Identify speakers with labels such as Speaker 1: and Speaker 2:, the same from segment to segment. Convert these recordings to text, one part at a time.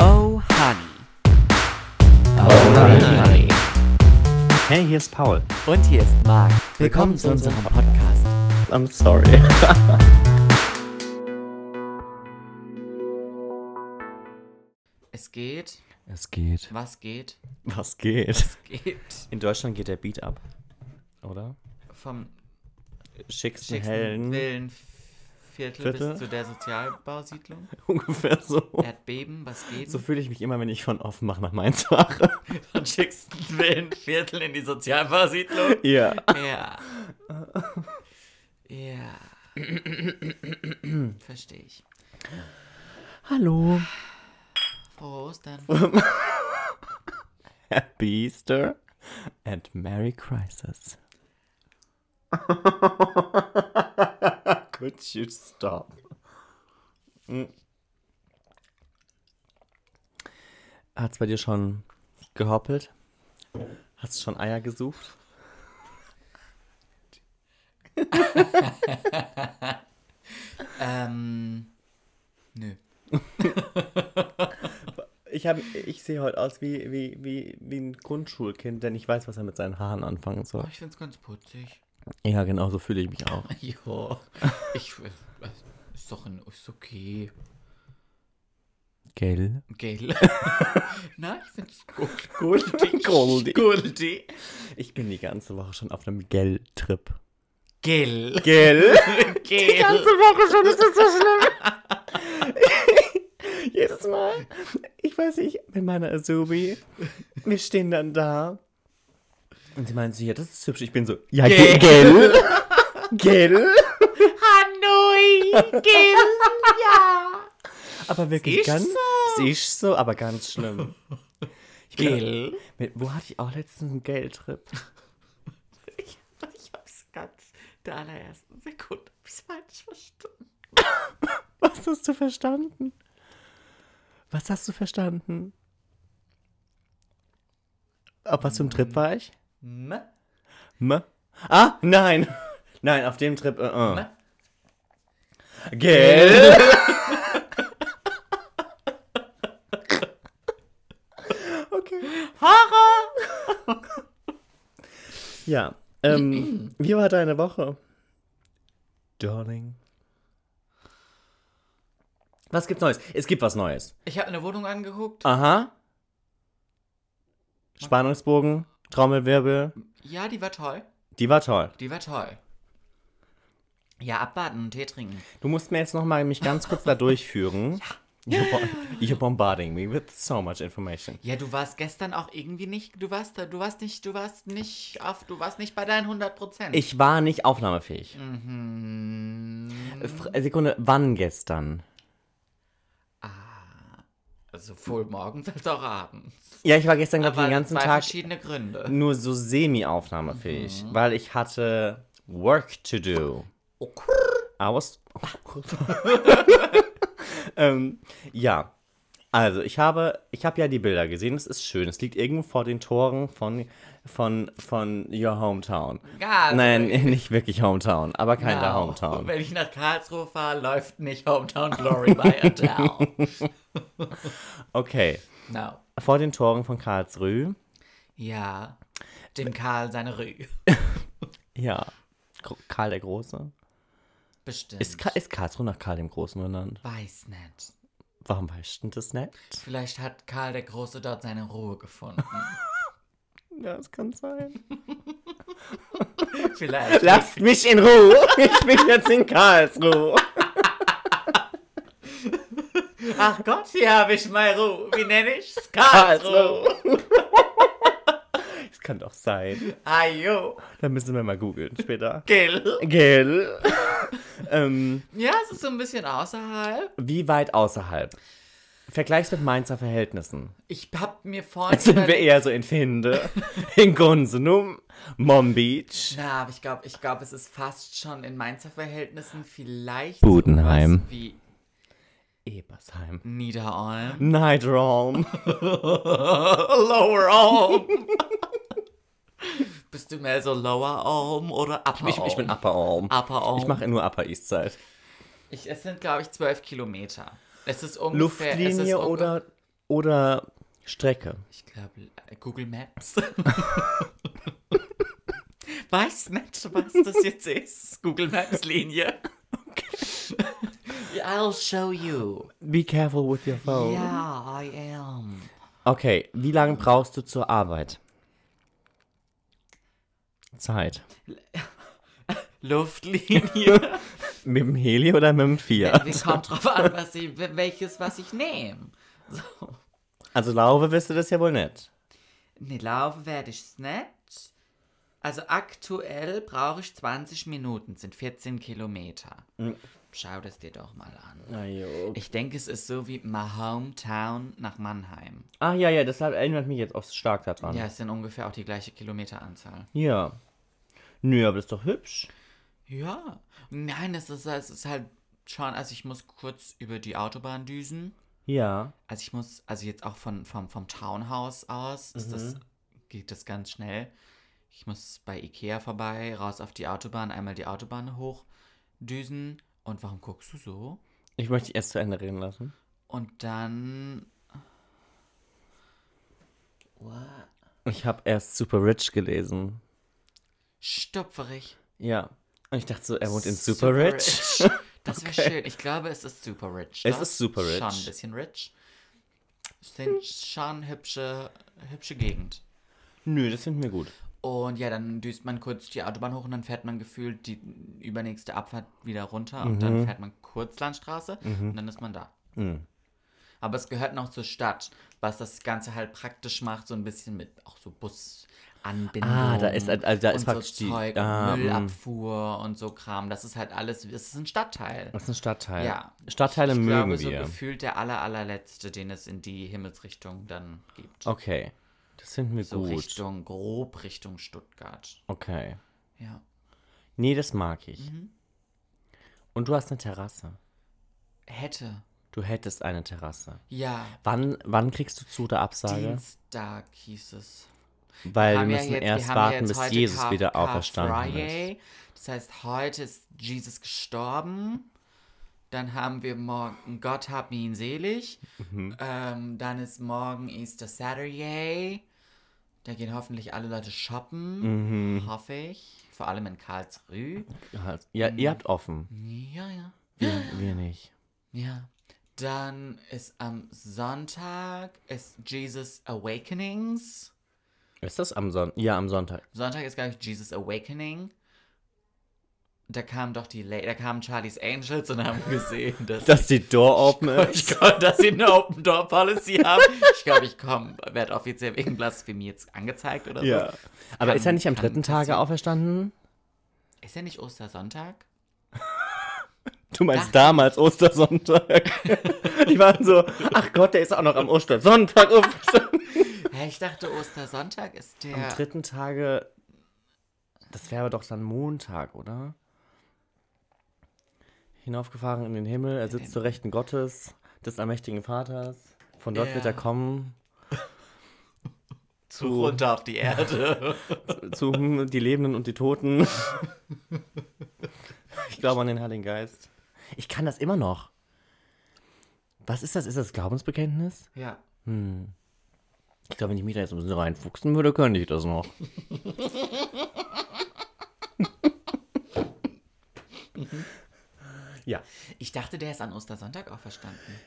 Speaker 1: Oh, Honey. Oh,
Speaker 2: Alright, honey.
Speaker 3: Hey, hier ist Paul.
Speaker 1: Und hier ist Marc. Willkommen zu unserem Podcast.
Speaker 3: I'm sorry.
Speaker 1: Es geht.
Speaker 2: Es geht.
Speaker 1: Was geht?
Speaker 3: Was geht?
Speaker 1: Es geht.
Speaker 3: In Deutschland geht der Beat ab. Oder?
Speaker 1: Vom
Speaker 3: Schicksten
Speaker 1: schicksten
Speaker 3: Hellen.
Speaker 1: Villenviertel
Speaker 3: Viertel?
Speaker 1: bis zu der Sozialbausiedlung.
Speaker 3: Ungefähr so.
Speaker 1: Erdbeben, was geht?
Speaker 3: So fühle ich mich immer, wenn ich von Offenbach nach Mainz fahre.
Speaker 1: Vom schicksten Villenviertel in die Sozialbausiedlung.
Speaker 3: Ja.
Speaker 1: Ja. Ja. Verstehe ich.
Speaker 3: Hallo.
Speaker 1: Frohe Ostern.
Speaker 3: Happy Easter and Merry Crisis. Could you stop? Hm. Hat's bei dir schon gehoppelt? Hast du schon Eier gesucht?
Speaker 1: Ähm. Nö.
Speaker 3: Ich, hab, ich sehe heute aus wie, wie, wie, wie ein Grundschulkind, denn ich weiß, was er mit seinen Haaren anfangen
Speaker 1: Oh,
Speaker 3: soll.
Speaker 1: ich find's ganz putzig.
Speaker 3: Ja, genau so fühle ich mich auch.
Speaker 1: Ja. Ich. äh, Ist doch in, ist okay.
Speaker 3: Gell?
Speaker 1: Gell? Na, ich find's gut.
Speaker 3: Goldi. Goldi.
Speaker 1: Guldi.
Speaker 3: Ich bin die ganze Woche schon auf einem Gell-Trip.
Speaker 1: Gell.
Speaker 3: Gell?
Speaker 1: Gell.
Speaker 3: Woche schon, ist das so schlimm. Jedes Mal. Ich weiß nicht, mit meiner Azubi, wir stehen dann da. Und sie meinen so, ja, das ist hübsch. Ich bin so, ja,
Speaker 1: Gell.
Speaker 3: ge- gell? Gell?
Speaker 1: Hanoi. Gell.
Speaker 3: Aber wirklich
Speaker 1: Ist
Speaker 3: ganz.
Speaker 1: so.
Speaker 3: Es ist so, aber ganz schlimm. Ich bin-
Speaker 1: Gell.
Speaker 3: Mit, wo hatte ich auch letztens einen Gell-Trip?
Speaker 1: Ich hab's ganz der allerersten Sekunde bis falsch verstanden.
Speaker 3: Was hast du verstanden? Was hast du verstanden? Auf was für einem Trip war ich?
Speaker 1: Ne?
Speaker 3: M? Ah, nein. Nein, auf dem Trip. Äh, äh.
Speaker 1: Ne?
Speaker 3: Gell? okay.
Speaker 1: Horror.
Speaker 3: Ja. Ähm, wie war deine Woche? Darling. Was gibt's Neues? Es gibt was Neues.
Speaker 1: Ich habe eine Wohnung angeguckt.
Speaker 3: Aha. Spannungsbogen, Trommelwirbel.
Speaker 1: Ja, die war toll.
Speaker 3: Die war toll.
Speaker 1: Die war toll. Ja, abwarten und Tee trinken.
Speaker 3: Du musst mir jetzt nochmal mich ganz kurz da durchführen. You're, bo you're bombarding me with so much information.
Speaker 1: Ja, du warst gestern auch irgendwie nicht, du warst da, du warst nicht, du warst nicht auf, du warst nicht bei deinen 100 Prozent.
Speaker 3: Ich war nicht aufnahmefähig.
Speaker 1: Mhm.
Speaker 3: Fr- Sekunde, wann gestern?
Speaker 1: Also sowohl morgens als auch abends.
Speaker 3: Ja, ich war gestern, glaube ich,
Speaker 1: Aber
Speaker 3: den ganzen
Speaker 1: zwei
Speaker 3: Tag
Speaker 1: verschiedene Mhm. Gründe.
Speaker 3: nur so semi-aufnahmefähig, weil ich hatte Work to do. I Ah, was. Oh ähm, ja. Also, ich habe, ich habe ja die Bilder gesehen. Es ist schön. Es liegt irgendwo vor den Toren von, von, von your hometown.
Speaker 1: Karlsruhe.
Speaker 3: Nein, nicht wirklich hometown, aber kein der
Speaker 1: Genau.
Speaker 3: hometown.
Speaker 1: Wenn ich nach Karlsruhe fahre, läuft nicht Hometown Glory by Adele.
Speaker 3: Okay.
Speaker 1: no.
Speaker 3: Vor den Toren von Karlsruhe.
Speaker 1: Ja. Dem Karl seine Rü.
Speaker 3: Ja. Gro- Karl der Große.
Speaker 1: Bestimmt.
Speaker 3: Ist, Ka ist Karlsruhe nach Karl dem Großen benannt?
Speaker 1: Weiß nicht.
Speaker 3: Warum weißt du das nicht?
Speaker 1: Vielleicht hat Karl der Große dort seine Ruhe gefunden.
Speaker 3: Ja, das kann sein.
Speaker 1: Vielleicht.
Speaker 3: Lasst mich in Ruhe. Ich bin jetzt in Karlsruhe.
Speaker 1: Ach Gott, hier habe ich meine Ruhe. Wie nenne ich's? Karlsruhe.
Speaker 3: Also. Das kann doch sein.
Speaker 1: Ayo.
Speaker 3: Da müssen wir mal googeln später.
Speaker 1: Gell.
Speaker 3: Gell. ähm,
Speaker 1: Ja, es ist so ein bisschen außerhalb.
Speaker 3: wie weit außerhalb? Vergleichs mit Mainzer Verhältnissen.
Speaker 1: Ich hab mir vorhin.
Speaker 3: Sind wir
Speaker 1: überlegt-
Speaker 3: eher so in Finde, in Gunsenum, Mom Beach.
Speaker 1: Na, aber ich glaube, ich glaub, es ist fast schon in Mainzer Verhältnissen vielleicht
Speaker 3: Budenheim.
Speaker 1: sowas wie
Speaker 3: Ebersheim.
Speaker 1: Niederolm.
Speaker 3: Nightroom.
Speaker 1: Lower Olm. Oh. Bist du mehr so Lower Olm oder Upper
Speaker 3: Ich, ich bin
Speaker 1: Olm?
Speaker 3: Upper Orm.
Speaker 1: Upper Olm.
Speaker 3: Ich mache nur Upper East Side.
Speaker 1: Ich, es sind, glaube ich, zwölf Kilometer. Es ist ungefähr. es ist
Speaker 3: Luftlinie
Speaker 1: unge-
Speaker 3: oder oder Strecke?
Speaker 1: Ich glaube, Google Maps. Weiß nicht, was das jetzt ist. Google Maps Linie. Okay. I'll show you.
Speaker 3: Be careful with your phone.
Speaker 1: Yeah, I am.
Speaker 3: Okay, wie lange brauchst du zur Arbeit? Zeit.
Speaker 1: Luftlinie.
Speaker 3: Mit dem Heli oder mit dem Fiat?
Speaker 1: Wie kommt drauf an, was ich, welches, was ich nehme. So.
Speaker 3: Also Laufe wirst du das ja wohl nicht.
Speaker 1: Ne, laufen werde ich es nicht. Also aktuell brauche ich 20 Minuten, sind 14 Kilometer. Schau das dir doch mal an. Ich denke, es ist so wie my hometown nach Mannheim.
Speaker 3: Ah ja, ja, das erinnert mich jetzt auch stark daran.
Speaker 1: Ja, es sind ungefähr auch die gleiche Kilometeranzahl.
Speaker 3: ja. Nö, aber das ist doch hübsch.
Speaker 1: Ja. Nein, es ist, es ist halt schon, also ich muss kurz über die Autobahn düsen.
Speaker 3: Ja.
Speaker 1: Also ich muss, also jetzt auch von, vom, vom Townhouse aus ist
Speaker 3: Mhm.
Speaker 1: das, geht das ganz schnell. Ich muss bei Ikea vorbei, raus auf die Autobahn, einmal die Autobahn hochdüsen. Und warum guckst du so?
Speaker 3: Ich möchte dich erst zu Ende reden lassen.
Speaker 1: Und dann... What?
Speaker 3: Ich habe erst Super Rich gelesen.
Speaker 1: Stopferig.
Speaker 3: Ja. Und ich dachte so, er wohnt in Super,
Speaker 1: Super
Speaker 3: Rich.
Speaker 1: Rich. Das wäre schön. Ich glaube, es ist super rich.
Speaker 3: Es
Speaker 1: doch?
Speaker 3: ist super rich. Hm.
Speaker 1: Schon ein bisschen rich. Es sind schon hübsche, hübsche Gegend.
Speaker 3: Nö, das finden wir gut.
Speaker 1: Und ja, dann düst man kurz die Autobahn hoch und dann fährt man gefühlt die übernächste Abfahrt wieder runter und
Speaker 3: Mhm.
Speaker 1: dann fährt man kurz Landstraße und dann ist man da. Aber es gehört noch zur Stadt, was das Ganze halt praktisch macht, so ein bisschen mit auch so Busanbindung.
Speaker 3: Ah, da ist- also da ist
Speaker 1: und
Speaker 3: praktisch
Speaker 1: so
Speaker 3: die-
Speaker 1: Zeug,
Speaker 3: ah, mm.
Speaker 1: Müllabfuhr und so Kram. Das ist halt alles, es ist ein Stadtteil.
Speaker 3: Das ist ein Stadtteil.
Speaker 1: Ja.
Speaker 3: Stadtteile
Speaker 1: ich
Speaker 3: mögen
Speaker 1: glaube, so
Speaker 3: wir.
Speaker 1: gefühlt der aller, allerletzte, den es in die Himmelsrichtung dann gibt.
Speaker 3: okay. Das finden wir
Speaker 1: So
Speaker 3: Oh, gut.
Speaker 1: Richtung, grob Richtung Stuttgart.
Speaker 3: Okay.
Speaker 1: Ja.
Speaker 3: Nee, das mag ich.
Speaker 1: Mhm.
Speaker 3: Und du hast eine Terrasse.
Speaker 1: Hätte.
Speaker 3: Du hättest eine Terrasse.
Speaker 1: Ja.
Speaker 3: Wann, wann kriegst du zu der Absage?
Speaker 1: Dienstag hieß es.
Speaker 3: Weil wir
Speaker 1: Haben ja
Speaker 3: müssen
Speaker 1: jetzt- wir
Speaker 3: erst
Speaker 1: haben ja
Speaker 3: warten,
Speaker 1: jetzt
Speaker 3: bis
Speaker 1: heute
Speaker 3: Jesus
Speaker 1: Car-
Speaker 3: wieder
Speaker 1: Car
Speaker 3: auferstanden
Speaker 1: Friday.
Speaker 3: ist.
Speaker 1: Das heißt, heute ist Jesus gestorben. Dann haben wir morgen Gott hab ihn selig.
Speaker 3: Mhm.
Speaker 1: Ähm, dann ist morgen Easter Saturday. Da gehen hoffentlich alle Leute shoppen.
Speaker 3: Mhm.
Speaker 1: Hoffe ich. Vor allem in Karlsruhe.
Speaker 3: Ja,
Speaker 1: Mhm.
Speaker 3: ihr habt offen.
Speaker 1: Ja, ja.
Speaker 3: Wir, wir nicht.
Speaker 1: Ja. Dann ist am Sonntag ist Jesus Awakenings.
Speaker 3: Ist das am Sonntag? Ja, am Sonntag.
Speaker 1: Sonntag ist, glaube ich, Jesus Awakening. Da kamen doch die La da kamen Charlie's Angels und haben gesehen, dass,
Speaker 3: Dass die Door open
Speaker 1: ich
Speaker 3: ist.
Speaker 1: glaub, dass sie eine Open Door Policy haben. Ich glaube, ich komme, werde offiziell wegen Blasphemie jetzt angezeigt oder
Speaker 3: Ja.
Speaker 1: so.
Speaker 3: Aber
Speaker 1: Kann-
Speaker 3: ist er nicht am
Speaker 1: kann
Speaker 3: dritten Tage
Speaker 1: passieren.
Speaker 3: auferstanden?
Speaker 1: Ist ja nicht Ostersonntag?
Speaker 3: Du meinst
Speaker 1: Dachte-
Speaker 3: damals Ostersonntag. Die waren so, ach Gott, der ist auch noch am Ostersonntag auferstanden.
Speaker 1: Hä, ich dachte, Ostersonntag ist der.
Speaker 3: Am dritten Tage, das wäre aber doch dann Montag, oder? Hinaufgefahren in den Himmel, er sitzt zur Rechten Gottes, des allmächtigen Vaters. Von dort wird
Speaker 1: Ja.
Speaker 3: er kommen,
Speaker 1: zu runter auf die Erde.
Speaker 3: zu hm, die Lebenden und die Toten. Ich glaube an den Heiligen Geist. Ich kann das immer noch. Was ist das? Ist das Glaubensbekenntnis?
Speaker 1: ja.
Speaker 3: Ich glaube, wenn ich mich da jetzt ein bisschen reinfuchsen würde, könnte ich das noch. ja.
Speaker 1: Ich dachte, der ist an Ostersonntag auch verstanden.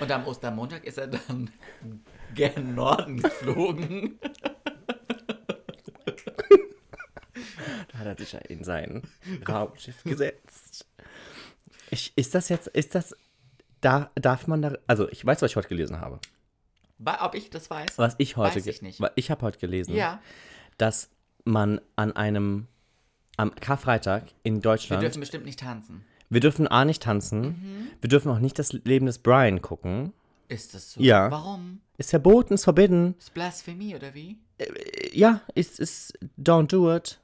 Speaker 1: Und am Ostermontag ist er dann gen Norden geflogen.
Speaker 3: Da hat er sich ja in sein Raumschiff gesetzt. Ich, ist das jetzt, ist das, da, darf man da, also ich weiß, was ich heute gelesen habe.
Speaker 1: Ba- Ob ich das weiß?
Speaker 3: Was ich heute,
Speaker 1: Weiß
Speaker 3: ge-
Speaker 1: ich nicht.
Speaker 3: wa- ich habe heute gelesen,
Speaker 1: Ja.
Speaker 3: dass man an einem, am Karfreitag in
Speaker 1: Wir
Speaker 3: Deutschland,
Speaker 1: dürfen Mhm. bestimmt nicht tanzen.
Speaker 3: wir dürfen A nicht tanzen, wir dürfen auch nicht das Leben des Brian gucken.
Speaker 1: Ist das so?
Speaker 3: Ja.
Speaker 1: Warum?
Speaker 3: Ist verboten, ist verbieten.
Speaker 1: Ist Blasphemie oder wie?
Speaker 3: Ja, ist, ist, don't do it.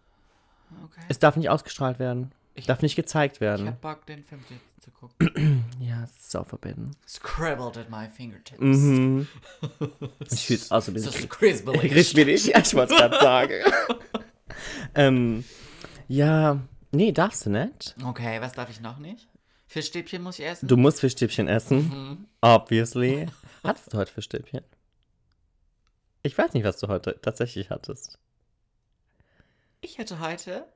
Speaker 1: Ah, Okay.
Speaker 3: Es darf nicht ausgestrahlt werden. darf nicht gezeigt
Speaker 1: ich
Speaker 3: werden.
Speaker 1: hab Bock, den Film jetzt zu gucken.
Speaker 3: Ja, es ist auch verbissen.
Speaker 1: Scribbled at my fingertips.
Speaker 3: Ich fühle es auch so ein
Speaker 1: So
Speaker 3: bisschen.
Speaker 1: scribbling.
Speaker 3: Richtig, ja, Mhm. ich wollte es gerade sagen. ähm, ja, nee, darfst du nicht.
Speaker 1: Okay, was darf ich noch nicht? Fischstäbchen muss ich essen? Mhm.
Speaker 3: Du musst Fischstäbchen essen, obviously. hattest du heute für Stäbchen? Ich weiß nicht, was du heute tatsächlich hattest.
Speaker 1: Ich hatte heute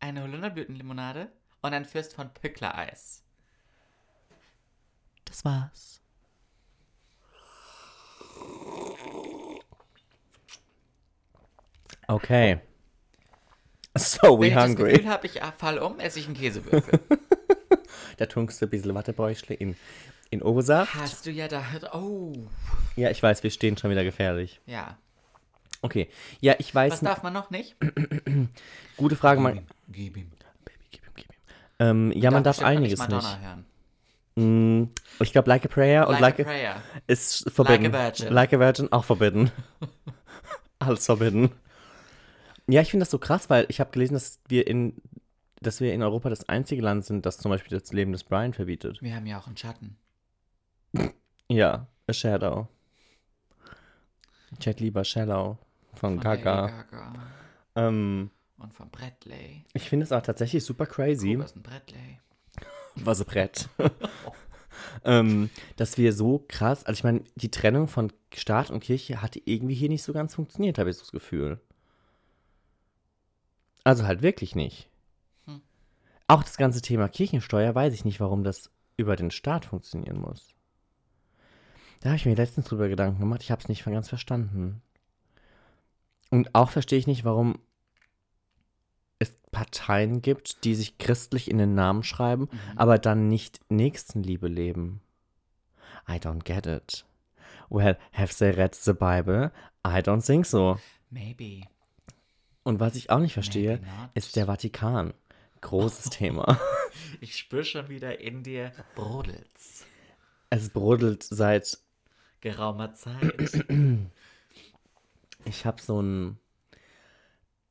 Speaker 1: eine Holunderblütenlimonade und ein Fürst von Pückler Eis. Das war's.
Speaker 3: Okay. So, we
Speaker 1: Wenn ich das
Speaker 3: hungry.
Speaker 1: Gefühl habe, ich fall um, esse ich einen Käsewürfel.
Speaker 3: Da tunkst du ein bisschen Wattebäuschle in, in Obersaft.
Speaker 1: Hast du ja da. Oh.
Speaker 3: Ja, ich weiß, wir stehen schon wieder gefährlich.
Speaker 1: Ja.
Speaker 3: Okay. Ja, ich weiß.
Speaker 1: Was darf man noch nicht?
Speaker 3: Gute Frage. Man,
Speaker 1: Gib ihm.
Speaker 3: ähm, ja, man darf
Speaker 1: bestimmt noch
Speaker 3: einiges
Speaker 1: Madonna
Speaker 3: nicht.
Speaker 1: hören.
Speaker 3: Mm, ich glaube, Like a Prayer und
Speaker 1: like
Speaker 3: Like,
Speaker 1: a
Speaker 3: a,
Speaker 1: Prayer.
Speaker 3: ist forbidden.
Speaker 1: Like a Virgin.
Speaker 3: Like a Virgin auch forbidden. Alles forbidden. Ja, ich finde das so krass, weil ich habe gelesen, dass wir in dass wir in Europa das einzige Land sind, das zum Beispiel das Leben des Brian verbietet.
Speaker 1: Wir haben ja auch einen Schatten.
Speaker 3: Ja, A Shadow. Ich hätte lieber Shallow von,
Speaker 1: Von
Speaker 3: Gaga.
Speaker 1: Lady Gaga.
Speaker 3: Ähm,
Speaker 1: Und von Bradley.
Speaker 3: ich finde es auch tatsächlich super crazy.
Speaker 1: Oh, was ist ein Bradley?
Speaker 3: Was ein Brett. ähm, dass wir so krass, also ich meine, die Trennung von Staat und Kirche hat irgendwie hier nicht so ganz funktioniert, habe ich so das Gefühl. Also halt wirklich nicht.
Speaker 1: Hm.
Speaker 3: Auch das ganze Thema Kirchensteuer weiß ich nicht, warum das über den Staat funktionieren muss. Da habe ich mir letztens drüber Gedanken gemacht, ich habe es nicht ganz verstanden. Und auch verstehe ich nicht, warum es Parteien gibt, die sich christlich in den Namen schreiben,
Speaker 1: Mhm.
Speaker 3: aber dann nicht Nächstenliebe leben. I don't get it. Well, have they read the Bible? I don't think so.
Speaker 1: Maybe.
Speaker 3: Und was ich auch nicht verstehe,
Speaker 1: Maybe not.
Speaker 3: ist der Vatikan. Großes Thema.
Speaker 1: Ich spüre schon wieder in dir Brodelt's.
Speaker 3: Es brodelt seit,
Speaker 1: Geraumer Zeit.
Speaker 3: ich habe so ein,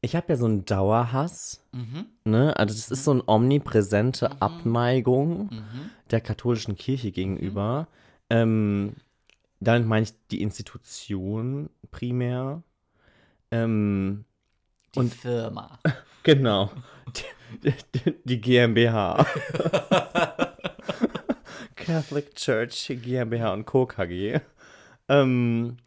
Speaker 3: ich habe ja so einen Dauerhass,
Speaker 1: mhm.
Speaker 3: ne? Also das ist so eine omnipräsente Abneigung.
Speaker 1: Mhm.
Speaker 3: der katholischen Kirche gegenüber. Ähm, damit meine ich die Institution primär. Ähm,
Speaker 1: Die
Speaker 3: Und-
Speaker 1: Firma.
Speaker 3: genau. Die, die, die GmbH. Catholic Church, GmbH und Co. KG. Ähm,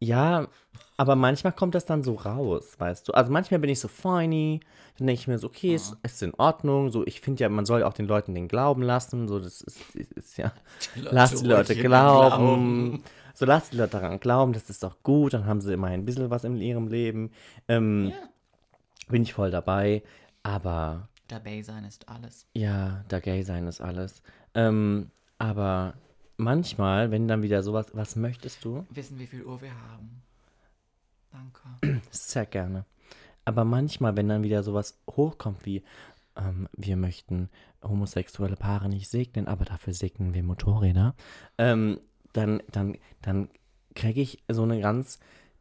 Speaker 3: ja, aber manchmal kommt das dann so raus, weißt du? Also manchmal bin ich so funny, dann denke ich mir so, okay, es ist, in Ordnung. So, ich finde ja, man soll auch den Leuten den Glauben lassen. So, das ist, ist, ist ja. Lass die Leute
Speaker 1: ruhig
Speaker 3: glauben. So, lass die Leute daran glauben, das ist doch gut, dann haben sie immerhin ein bisschen was in ihrem Leben. Ähm,
Speaker 1: Ja.
Speaker 3: Bin ich voll dabei. Aber
Speaker 1: Dabei sein ist alles.
Speaker 3: ja, da gay sein ist alles. Ähm, aber manchmal, wenn dann wieder sowas, was möchtest du?
Speaker 1: Wissen, wie viel Uhr wir haben. Danke.
Speaker 3: Sehr halt gerne. Aber manchmal, wenn dann wieder sowas hochkommt wie, ähm, wir möchten homosexuelle Paare nicht segnen, aber dafür segnen wir Motorräder, ähm, dann, dann, dann kriege ich so eine ganz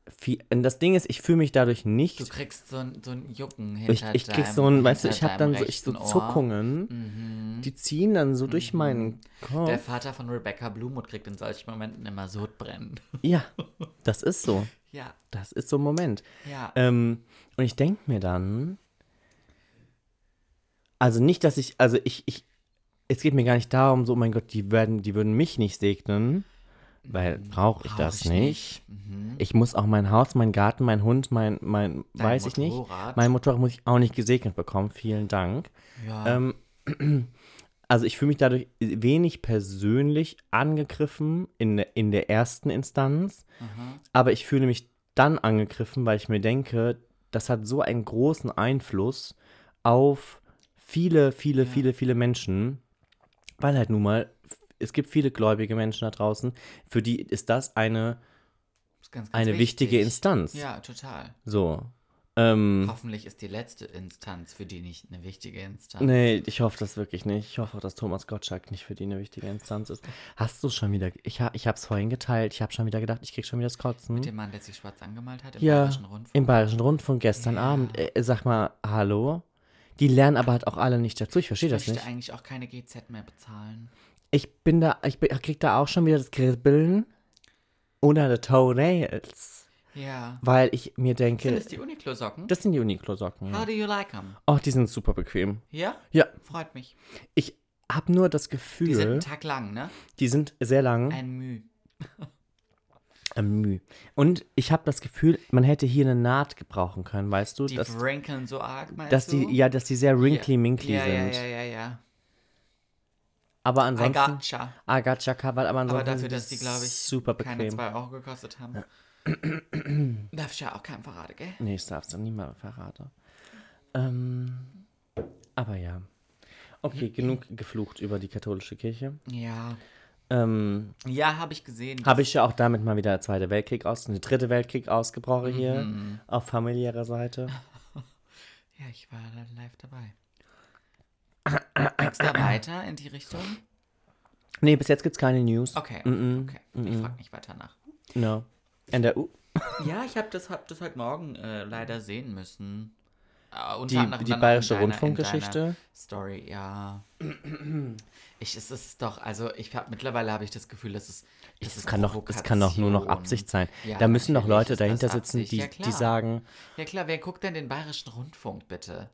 Speaker 3: viel. Und das Ding ist, ich fühle mich dadurch
Speaker 1: Du
Speaker 3: nicht.
Speaker 1: kriegst so ein, so ein Jucken
Speaker 3: Ich,
Speaker 1: hinter
Speaker 3: ich krieg
Speaker 1: deinem-
Speaker 3: so ein, weißt du,
Speaker 1: hinter
Speaker 3: ich habe
Speaker 1: deinem
Speaker 3: dann so, ich so
Speaker 1: rechten Ohr. Mhm.
Speaker 3: Zuckungen, die ziehen dann so durch meinen Kopf.
Speaker 1: Der Vater von Rebecca Blumut kriegt in solchen Momenten immer Sodbrennen.
Speaker 3: Ja, das ist so.
Speaker 1: ja,
Speaker 3: Das ist so ein Moment.
Speaker 1: ja.
Speaker 3: Ähm, und ich denke mir dann, also nicht, dass ich, also ich, ich, es geht mir gar nicht darum, so, oh mein Gott, die werden, die würden mich nicht segnen, weil brauche ich
Speaker 1: Mhm. Brauch
Speaker 3: das
Speaker 1: ich nicht.
Speaker 3: nicht.
Speaker 1: Mhm.
Speaker 3: Ich muss auch mein Haus, mein Garten, mein Hund, mein, mein,
Speaker 1: Dein
Speaker 3: weiß ich nicht.
Speaker 1: Motorrad.
Speaker 3: Mein Motorrad muss ich auch nicht gesegnet bekommen, vielen Dank.
Speaker 1: ja.
Speaker 3: Ähm, also ich fühle mich dadurch wenig persönlich angegriffen in, der- in der ersten Instanz,
Speaker 1: Aha.
Speaker 3: aber ich fühle mich dann angegriffen, weil ich mir denke, das hat so einen großen Einfluss auf viele, viele, viele, viele Menschen, weil halt nun mal, es gibt viele gläubige Menschen da draußen, für die ist das eine,
Speaker 1: Ist ganz, ganz
Speaker 3: eine wichtige
Speaker 1: wichtig.
Speaker 3: Instanz.
Speaker 1: Ja, total.
Speaker 3: So. Ähm,
Speaker 1: Hoffentlich ist die letzte Instanz für die nicht eine wichtige Instanz.
Speaker 3: Nee, ich hoffe das wirklich nicht. Ich hoffe auch, dass Thomas Gottschalk nicht für die eine wichtige Instanz ist. Hast du schon wieder. Ich, ha, ich habe es vorhin geteilt. Ich habe schon wieder gedacht, ich krieg schon wieder das Kotzen.
Speaker 1: Der Mann, der sich schwarz angemalt hat im
Speaker 3: ja,
Speaker 1: Bayerischen Rundfunk.
Speaker 3: im Bayerischen Rundfunk gestern
Speaker 1: Ja.
Speaker 3: Abend. Äh, sag mal, hallo? Die lernen aber halt auch alle nicht dazu. Ich verstehe
Speaker 1: Ich
Speaker 3: das
Speaker 1: möchte
Speaker 3: nicht.
Speaker 1: eigentlich auch keine GZ mehr bezahlen.
Speaker 3: Ich bin da. Ich bin, krieg da auch schon wieder das Kribbeln unter den Toenails.
Speaker 1: Ja.
Speaker 3: Weil ich mir
Speaker 1: Sind
Speaker 3: denke,
Speaker 1: es die Uniqlo-Socken?
Speaker 3: das sind die Uniqlo-Socken.
Speaker 1: How
Speaker 3: Ja.
Speaker 1: do you like them?
Speaker 3: Oh, die sind super bequem.
Speaker 1: Ja?
Speaker 3: Ja,
Speaker 1: Freut mich.
Speaker 3: ich habe nur das
Speaker 1: Die sind
Speaker 3: Gefühl,
Speaker 1: einen Tag lang, ne?
Speaker 3: die sind sehr lang.
Speaker 1: Ein Müh.
Speaker 3: Am Mühe. Äh, Und ich habe das Gefühl, man hätte hier eine Naht gebrauchen können, weißt du?
Speaker 1: Die
Speaker 3: dass,
Speaker 1: wrinkeln so arg, meinst
Speaker 3: dass
Speaker 1: du?
Speaker 3: die, ja, dass die sehr wrinkly-minkly
Speaker 1: ja,
Speaker 3: sind.
Speaker 1: Ja, ja, ja, ja.
Speaker 3: Aber
Speaker 1: I
Speaker 3: ansonsten.
Speaker 1: gotcha.
Speaker 3: Agacha Cover, aber ansonsten.
Speaker 1: Aber dafür, dass die, glaube ich,
Speaker 3: Super
Speaker 1: keine
Speaker 3: bequem.
Speaker 1: zwei Euro gekostet haben. Darf ich ja auch keinen verraten, gell?
Speaker 3: Nee, ich darf's doch niemandem verraten. Ähm, aber ja. Okay, genug geflucht über die katholische Kirche.
Speaker 1: Ja.
Speaker 3: Ähm,
Speaker 1: Ja, habe ich gesehen.
Speaker 3: Habe ich ja auch damit mal wieder der Zweite Weltkrieg aus, der Dritte Weltkrieg ausgebrochen hier
Speaker 1: Mhm.
Speaker 3: auf familiärer Seite.
Speaker 1: Ja, ich war da live dabei. Ging's da weiter in die Richtung?
Speaker 3: Nee, bis jetzt gibt's keine News.
Speaker 1: Okay, okay. Ich frage nicht weiter nach.
Speaker 3: No. In der U
Speaker 1: Ja, ich habe das, hab das heute Morgen äh, leider sehen müssen. Äh, unter
Speaker 3: Die-
Speaker 1: anderem
Speaker 3: die
Speaker 1: dann auch in
Speaker 3: Bayerische
Speaker 1: deiner- in
Speaker 3: Rundfunkgeschichte?
Speaker 1: deiner Story, ja. Ich, es ist doch, also ich hab, mittlerweile habe ich das Gefühl, dass es. Das,
Speaker 3: das kann doch, das kann doch nur noch Absicht sein.
Speaker 1: Ja,
Speaker 3: da müssen doch
Speaker 1: natürlich
Speaker 3: Leute
Speaker 1: ist das
Speaker 3: dahinter sitzen,
Speaker 1: Absicht.
Speaker 3: die,
Speaker 1: Ja,
Speaker 3: die
Speaker 1: klar.
Speaker 3: sagen,
Speaker 1: Ja klar, wer guckt denn den Bayerischen Rundfunk bitte?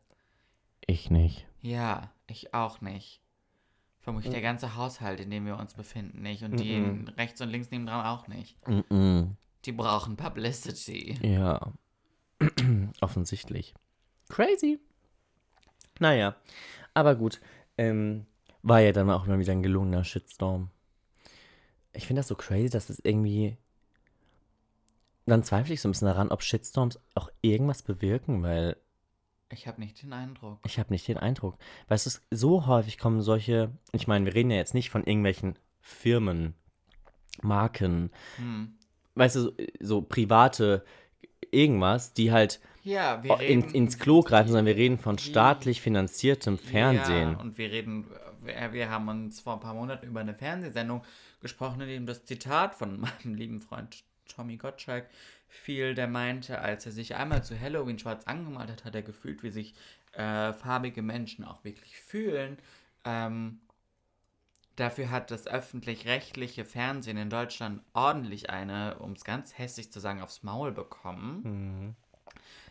Speaker 3: ich nicht.
Speaker 1: Ja, ich auch nicht. Vermutlich
Speaker 3: Hm.
Speaker 1: der ganze Haushalt, in dem wir uns befinden, nicht. Und die rechts und links nebendran auch nicht.
Speaker 3: Mm -mm.
Speaker 1: Die brauchen Publicity.
Speaker 3: Ja. Offensichtlich. Crazy. Naja. Aber gut. Ähm, war ja dann auch mal wieder ein gelungener Shitstorm. Ich finde das so crazy, dass es irgendwie. Dann zweifle ich so ein bisschen daran, ob Shitstorms auch irgendwas bewirken, weil
Speaker 1: Ich habe nicht den Eindruck.
Speaker 3: ich habe nicht den Eindruck. Weißt du, es- so häufig kommen solche. Ich meine, wir reden ja jetzt nicht von irgendwelchen Firmen, Marken,
Speaker 1: Hm.
Speaker 3: weißt du, so, so private irgendwas, die halt
Speaker 1: Ja, wir
Speaker 3: Oh, in,
Speaker 1: reden.
Speaker 3: ins Klo greifen, sondern wir reden von staatlich finanziertem Fernsehen.
Speaker 1: Ja, und wir reden, wir, wir haben uns vor ein paar Monaten über eine Fernsehsendung gesprochen, in dem das Zitat von meinem lieben Freund Tommy Gottschalk fiel, der meinte, als er sich einmal zu Halloween schwarz angemalt hat, hat er gefühlt, wie sich äh, farbige Menschen auch wirklich fühlen. Ähm, dafür hat das öffentlich-rechtliche Fernsehen in Deutschland ordentlich eine, um es ganz hässlich zu sagen, aufs Maul bekommen.
Speaker 3: Hm.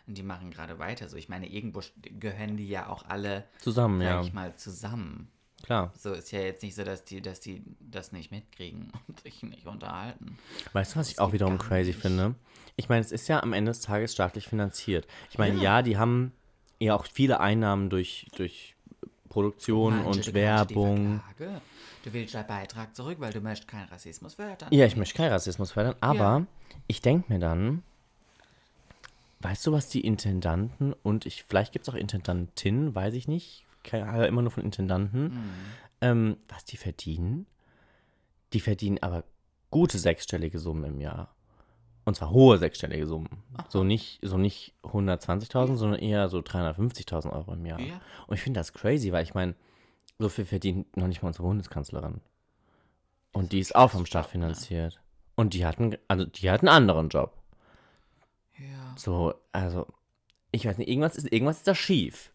Speaker 1: Und die machen gerade weiter so. Ich meine, irgendwo st- gehören die ja auch alle
Speaker 3: Zusammen,
Speaker 1: sag
Speaker 3: ja.
Speaker 1: ich mal, zusammen.
Speaker 3: Klar.
Speaker 1: So ist ja jetzt nicht so, dass die, dass die das nicht mitkriegen und sich nicht unterhalten.
Speaker 3: Weißt du, was ich auch
Speaker 1: geht
Speaker 3: wiederum
Speaker 1: gar
Speaker 3: crazy
Speaker 1: nicht.
Speaker 3: finde? Ich meine, es ist ja am Ende des Tages staatlich finanziert. Ich meine, ja, die haben ja auch viele Einnahmen durch, durch Produktion
Speaker 1: Manche,
Speaker 3: und
Speaker 1: du
Speaker 3: Werbung.
Speaker 1: kannst die Verklage. Du willst deinen Beitrag zurück, weil du möchtest keinen Rassismus fördern.
Speaker 3: Ja, ich möchte keinen Rassismus fördern, aber ich denke mir dann, weißt du, was die Intendanten und ich, vielleicht gibt es auch Intendantinnen, weiß ich nicht, keine- höre immer nur von Intendanten,
Speaker 1: Hm,
Speaker 3: ähm, was die verdienen? Die verdienen aber gute sechsstellige Summen im Jahr. Und zwar hohe sechsstellige Summen. So nicht, so nicht 120.000, sondern eher so 350.000 Euro im Jahr.
Speaker 1: Ja.
Speaker 3: Und ich finde das crazy, weil ich meine, so viel verdient noch nicht mal unsere Bundeskanzlerin. Und die ist auch vom Staat finanziert. Und die hatten, also die hatten einen anderen Job.
Speaker 1: Ja.
Speaker 3: So, also, ich weiß nicht, irgendwas ist, irgendwas ist da schief.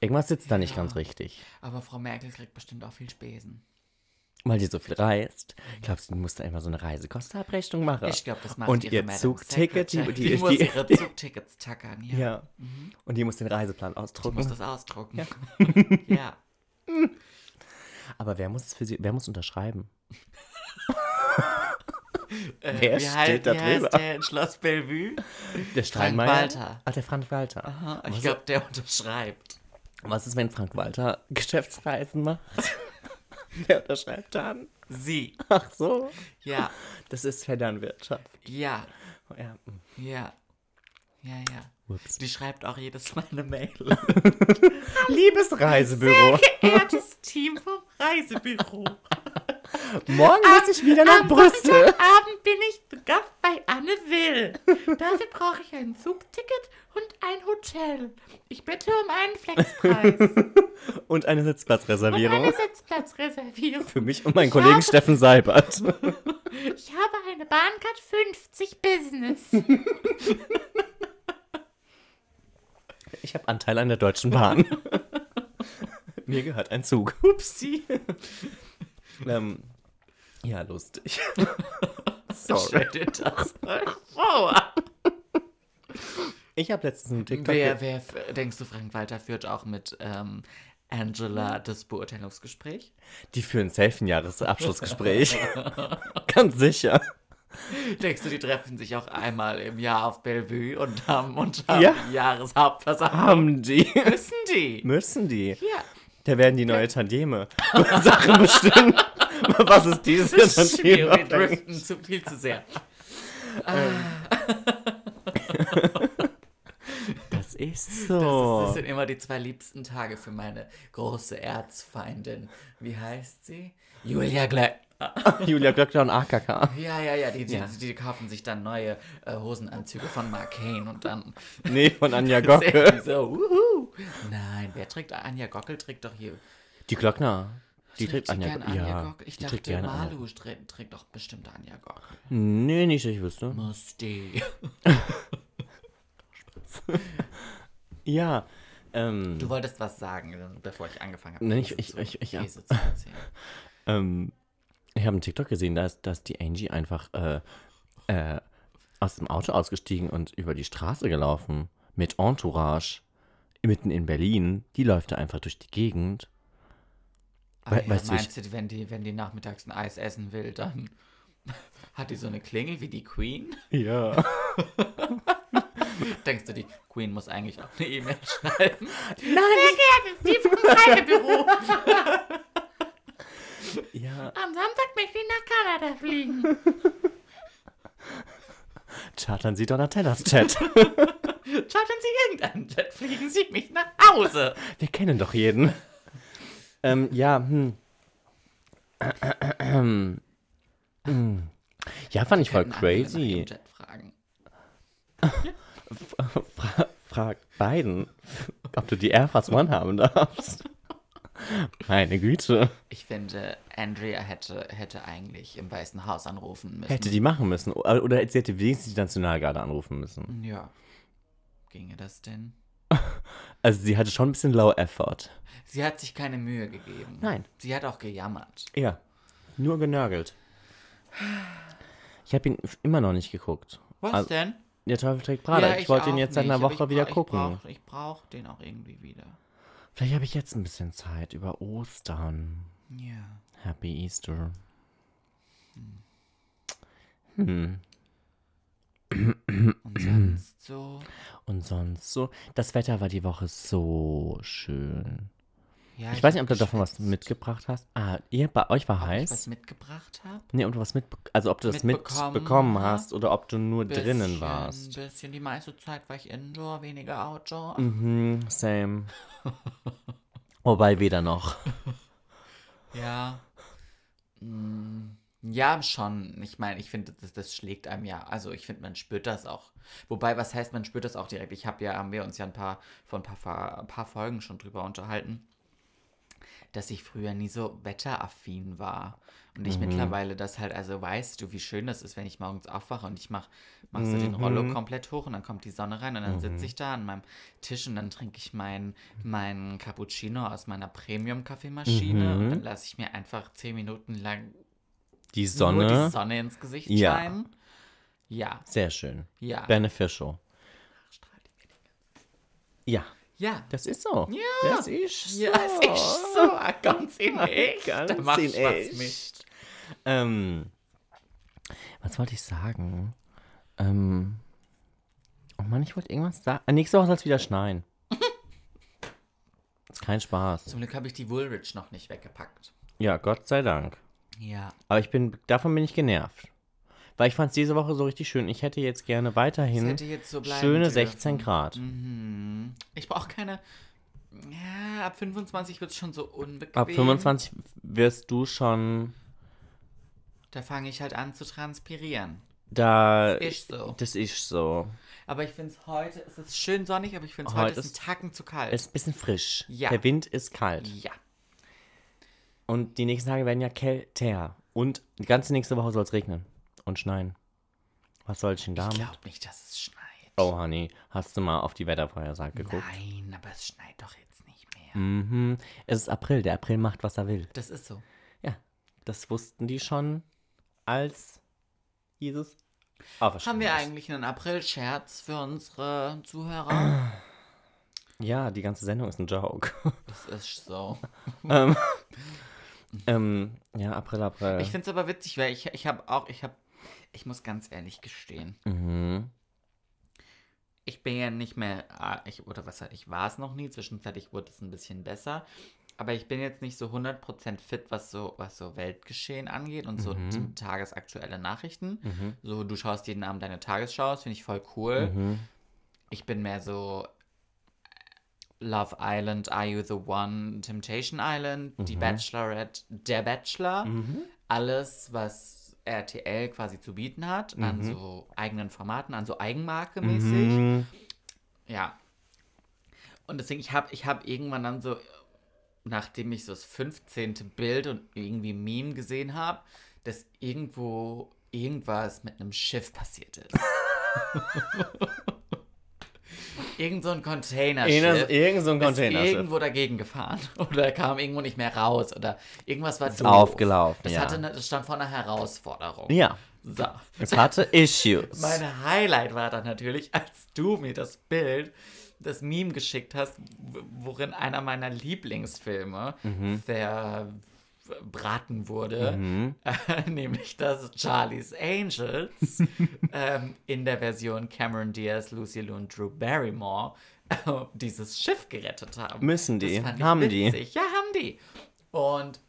Speaker 3: Irgendwas sitzt da nicht
Speaker 1: Ja.
Speaker 3: ganz richtig.
Speaker 1: Aber Frau Merkel kriegt bestimmt auch viel Spesen.
Speaker 3: Weil die so viel reist. Glaubst du, die musste immer so eine Reisekostenabrechnung machen?
Speaker 1: Ich glaube, das macht
Speaker 3: Und
Speaker 1: ihre
Speaker 3: ihr
Speaker 1: Madame
Speaker 3: Zugticket, die,
Speaker 1: Secretary.
Speaker 3: die, die,
Speaker 1: muss ihre Zugtickets tackern. Ja.
Speaker 3: ja. Und die muss den Reiseplan
Speaker 1: Du musst
Speaker 3: ausdrucken.
Speaker 1: das ausdrucken. Ja. ja.
Speaker 3: Aber wer muss es für sie, wer muss unterschreiben?
Speaker 1: Äh,
Speaker 3: Wer
Speaker 1: wie
Speaker 3: steht
Speaker 1: heißt-
Speaker 3: da
Speaker 1: wie heißt
Speaker 3: drüber?
Speaker 1: der in Schloss Bellevue?
Speaker 3: Der Steinmeier?
Speaker 1: Walter.
Speaker 3: Ach, der Frank Walter.
Speaker 1: Ah, Ich glaube, der unterschreibt.
Speaker 3: Was ist, wenn Frank Walter Geschäftsreisen macht? Wer unterschreibt dann?
Speaker 1: Sie.
Speaker 3: Ach so.
Speaker 1: Ja.
Speaker 3: Das ist Federnwirtschaft.
Speaker 1: Ja.
Speaker 3: Ja.
Speaker 1: Ja. Ja, ja.
Speaker 3: Ups.
Speaker 1: Die schreibt auch jedes Mal eine Mail.
Speaker 3: Liebes Reisebüro.
Speaker 1: Geehrtes Team vom Reisebüro.
Speaker 3: Morgen muss ich wieder nach Brüssel.
Speaker 1: Abend bin ich zu Gast bei Anne Will. Dafür brauche ich ein Zugticket und ein Hotel. Ich bitte um einen Flexpreis
Speaker 3: Und eine
Speaker 4: und eine
Speaker 3: Sitzplatzreservierung.
Speaker 4: Sitzplatzreservierung.
Speaker 3: Für mich und meinen Kollegen Steffen Seibert.
Speaker 4: Ich habe eine Bahncard 50 Business.
Speaker 3: Ich habe Anteil an der Deutschen Bahn. Mir gehört ein Zug.
Speaker 1: Upsi.
Speaker 3: Ähm, ja, lustig.
Speaker 1: Stell dir das mal vor.
Speaker 3: Ich habe letztens einen TikTok.
Speaker 1: Wer, wer, f- denkst du, Frank Walter führt auch mit ähm, Angela das Beurteilungsgespräch?
Speaker 3: Die führen safe ein Jahresabschlussgespräch. Ganz sicher.
Speaker 1: Denkst du, die treffen sich auch einmal im Jahr auf Bellevue und haben unter
Speaker 3: Ja.
Speaker 1: Jahreshauptversammlung?
Speaker 3: Haben die?
Speaker 1: Müssen die?
Speaker 3: Müssen die?
Speaker 1: Ja.
Speaker 3: Da werden die neue Tandeme Sachen bestimmen. Was ist diese
Speaker 1: Das ist schwierig, wir
Speaker 3: Tandeme?
Speaker 1: driften zu viel zu sehr. Das,
Speaker 3: Das ist
Speaker 1: ist, das
Speaker 3: so.
Speaker 1: sind immer die zwei liebsten Tage für meine große Erzfeindin. Wie heißt sie? Julia Glöckner.
Speaker 3: Julia Glöckner und AKK.
Speaker 1: Ja, ja, ja, die, die, die kaufen sich dann neue äh, Hosenanzüge von Marcane und dann
Speaker 3: Nee, von Anja
Speaker 1: sehen die
Speaker 3: Gockel.
Speaker 1: so, wuhu. Nein, wer trägt Anja Gockel? Trägt doch hier.
Speaker 3: Die Glöckner. Die
Speaker 1: Trägt
Speaker 3: trägt
Speaker 1: sie
Speaker 3: Anja,
Speaker 1: gern
Speaker 3: Gockel. ja,
Speaker 1: Gockel? Ich
Speaker 3: die trägt
Speaker 1: dachte,
Speaker 3: gerne Anja.
Speaker 1: Malu trägt, trägt doch bestimmt Anja Gockel.
Speaker 3: Nee, nicht, dass ich wüsste.
Speaker 1: Muss die.
Speaker 3: Ja. Ähm,
Speaker 1: Du wolltest was sagen, bevor ich angefangen habe.
Speaker 3: Nein, ich-
Speaker 1: Käse
Speaker 3: ich-
Speaker 1: zu-
Speaker 3: ich- ich- ja.
Speaker 1: Käse zu erzählen.
Speaker 3: ähm, ich habe einen TikTok gesehen, da ist, da ist die Angie einfach äh, äh, aus dem Auto ausgestiegen und über die Straße gelaufen. Mit Entourage. Mitten in Berlin. Die läuft da einfach durch die Gegend.
Speaker 1: Aber
Speaker 3: Wei-
Speaker 1: ja,
Speaker 3: weißt du, ich-
Speaker 1: meinst du, wenn die, wenn die nachmittags ein Eis essen will, dann hat die so eine Klingel wie die Queen?
Speaker 3: Ja.
Speaker 1: Denkst du, die Queen muss eigentlich auch eine E-Mail schreiben?
Speaker 4: Sehr gerne, Sie vom Reisebüro.
Speaker 3: Ja.
Speaker 4: Am Samstag möchte ich nach Kanada fliegen.
Speaker 3: Chartern Sie Donatellas Chat.
Speaker 1: Schaut, wenn Sie irgendeinen Jet fliegen, Sie mich nach Hause.
Speaker 3: Wir kennen doch jeden. ähm, ja, hm. Hm. Ja, fand ich voll
Speaker 1: Könnten andere nach
Speaker 3: crazy.
Speaker 1: ihrem Jet fragen.
Speaker 3: Fra frag Biden, ob du die Air Force One haben darfst. Meine Güte.
Speaker 1: Ich finde, Andrea hätte, hätte eigentlich im Weißen Haus anrufen müssen.
Speaker 3: Hätte die machen müssen. O- Oder sie hätte wenigstens die Nationalgarde anrufen müssen.
Speaker 1: Ja. Ginge das denn?
Speaker 3: Also sie hatte schon ein bisschen low effort.
Speaker 1: Sie hat sich keine Mühe gegeben.
Speaker 3: Nein.
Speaker 1: Sie hat auch gejammert.
Speaker 3: Ja. Nur genörgelt. Ich habe ihn f- immer noch nicht geguckt.
Speaker 1: Was
Speaker 3: Also,
Speaker 1: denn?
Speaker 3: Der Teufel trägt Prada. ich wollte ihn
Speaker 1: auch
Speaker 3: jetzt seit einer
Speaker 1: nicht, aber ich
Speaker 3: Woche wieder
Speaker 1: bra-
Speaker 3: gucken.
Speaker 1: Ich brauche ich brauch den auch irgendwie wieder.
Speaker 3: Vielleicht habe ich jetzt ein bisschen Zeit über Ostern.
Speaker 1: Ja.
Speaker 3: Happy Easter.
Speaker 1: Und sonst so.
Speaker 3: Und sonst so. Das Wetter war die Woche so schön.
Speaker 1: Ja,
Speaker 3: Ich weiß nicht,
Speaker 1: hab
Speaker 3: ob du davon was
Speaker 1: geschwitzt.
Speaker 3: mitgebracht hast. Ah, ihr bei euch war
Speaker 1: Ob ich was
Speaker 3: heiß.
Speaker 1: mitgebracht habe?
Speaker 3: Nee, ob du was mit, also ob du das
Speaker 1: mitbekommen
Speaker 3: mitbekommen
Speaker 1: hab.
Speaker 3: hast oder ob du nur drinnen
Speaker 1: Ein
Speaker 3: warst.
Speaker 1: bisschen. Die meiste Zeit war ich indoor, weniger outdoor.
Speaker 3: Mhm, same. Wobei weder noch.
Speaker 1: Ja. Mm, Ja, schon. Ich meine, ich finde, das, das schlägt einem ja. Also ich finde, man spürt das auch. Wobei, was heißt, man spürt das auch direkt? Ich habe ja, haben wir uns ja ein paar, vor ein paar, Fa- ein paar Folgen schon drüber unterhalten, dass ich früher nie so wetteraffin war. Und ich mittlerweile das halt, also weißt du, wie schön das ist, wenn ich morgens aufwache und ich mach, mach so den Rollo komplett hoch und dann kommt die Sonne rein und dann sitze ich da an meinem Tisch und dann trinke ich meinen meinen Cappuccino aus meiner Premium-Kaffeemaschine und dann lasse ich mir einfach zehn Minuten lang
Speaker 3: Die
Speaker 1: nur
Speaker 3: Sonne.
Speaker 1: die Sonne ins Gesicht
Speaker 3: Ja.
Speaker 1: scheinen. Ja,
Speaker 3: Sehr schön.
Speaker 1: ja.
Speaker 3: Beneficial. Ja,
Speaker 1: ja.
Speaker 3: das ist so. Ja. Das ist so.
Speaker 1: Ja, es ist so ah, ganz in echt.
Speaker 3: Ganz
Speaker 1: da mach
Speaker 3: in
Speaker 1: ich was
Speaker 3: echt.
Speaker 1: nicht.
Speaker 3: Ähm, was wollte ich sagen? Ähm, oh Mann, ich wollte irgendwas sagen. Ah, Nächste Woche soll es wieder schneien. ist kein Spaß.
Speaker 1: Zum Glück habe ich die Woolrich noch nicht weggepackt.
Speaker 3: Ja, Gott sei Dank.
Speaker 1: Ja.
Speaker 3: Aber ich bin, davon bin ich genervt. Weil ich fand es diese Woche so richtig schön. Ich hätte jetzt gerne
Speaker 1: Es
Speaker 3: weiterhin
Speaker 1: hätte jetzt so bleiben
Speaker 3: schöne
Speaker 1: dürfen.
Speaker 3: 16 Grad.
Speaker 1: Mhm. Ich brauche keine. Ja, ab 25 wird es schon so unbequem.
Speaker 3: Ab 25 wirst du schon
Speaker 1: Da fange ich halt an zu transpirieren.
Speaker 3: da.
Speaker 1: Ist so.
Speaker 3: Das ist so.
Speaker 1: Aber ich finde es heute, es ist schön sonnig, aber ich finde es
Speaker 3: Heute
Speaker 1: heute, ist
Speaker 3: ist-
Speaker 1: ein Tacken zu kalt.
Speaker 3: Ist ein bisschen frisch.
Speaker 1: Ja.
Speaker 3: Der Wind ist kalt.
Speaker 1: ja.
Speaker 3: Und die nächsten Tage werden ja kälter. Und die ganze nächste Woche soll es regnen und schneien. Was soll ich denn
Speaker 1: Ich
Speaker 3: damit?
Speaker 1: glaube nicht, dass es schneit.
Speaker 3: oh, Honey, hast du mal auf die Wettervorhersage geguckt?
Speaker 1: Nein, aber es schneit doch jetzt nicht mehr.
Speaker 3: Mhm. Es ist April. Der April macht, was er will.
Speaker 1: Das ist so.
Speaker 3: Ja, das wussten die schon, als Jesus auferstanden
Speaker 1: Haben wir
Speaker 3: ist.
Speaker 1: eigentlich einen April-Scherz für unsere
Speaker 3: Ah.
Speaker 1: Zuhörer?
Speaker 3: Ja, die ganze Sendung ist ein Joke.
Speaker 1: Das ist so.
Speaker 3: ähm, ja, April, April.
Speaker 1: Ich finde es aber witzig, weil ich, ich habe auch, ich habe Ich muss ganz ehrlich gestehen.
Speaker 3: Mhm.
Speaker 1: Ich bin ja nicht mehr, ah, ich, oder was, ich war es noch nie, zwischenzeitlich wurde es ein bisschen besser. Aber ich bin jetzt nicht so 100% fit, was so, was so Weltgeschehen angeht und so
Speaker 3: Mhm.
Speaker 1: die tagesaktuelle Nachrichten.
Speaker 3: Mhm.
Speaker 1: So, du schaust jeden Abend deine Tagesschau, das finde ich voll cool.
Speaker 3: Mhm.
Speaker 1: Ich bin mehr so Love Island, Are You the One, Temptation Island, Die Bachelorette, Der Bachelor. Alles, was RTL quasi zu bieten hat, an so eigenen Formaten, an so Eigenmarke mäßig.
Speaker 3: Mhm.
Speaker 1: Ja. Und deswegen, ich habe ich hab irgendwann dann so, nachdem ich so das 15. Bild und irgendwie Meme gesehen habe, dass irgendwo irgendwas mit einem Schiff passiert ist. Irgend so ein Containerschiff.
Speaker 3: Irgend- Irgend so ein
Speaker 1: Ist
Speaker 3: Containerschiff.
Speaker 1: irgendwo dagegen gefahren oder kam irgendwo nicht mehr raus oder irgendwas war doof.
Speaker 3: aufgelaufen,
Speaker 1: Das,
Speaker 3: ja.
Speaker 1: hatte eine, das stand vor einer Herausforderung.
Speaker 3: Ja,
Speaker 1: So.
Speaker 3: es hatte Issues.
Speaker 1: Mein Highlight war dann natürlich, als du mir das Bild, das Meme geschickt hast, w- worin einer meiner Lieblingsfilme
Speaker 3: Mhm.
Speaker 1: ver braten wurde, äh, nämlich das Charlie's Angels ähm, in der Version Cameron Diaz, Lucy Liu und Drew Barrymore äh, dieses Schiff gerettet haben.
Speaker 3: Müssen die.
Speaker 1: Das fand ich
Speaker 3: Haben die.
Speaker 1: witzig. Ja, haben die. Und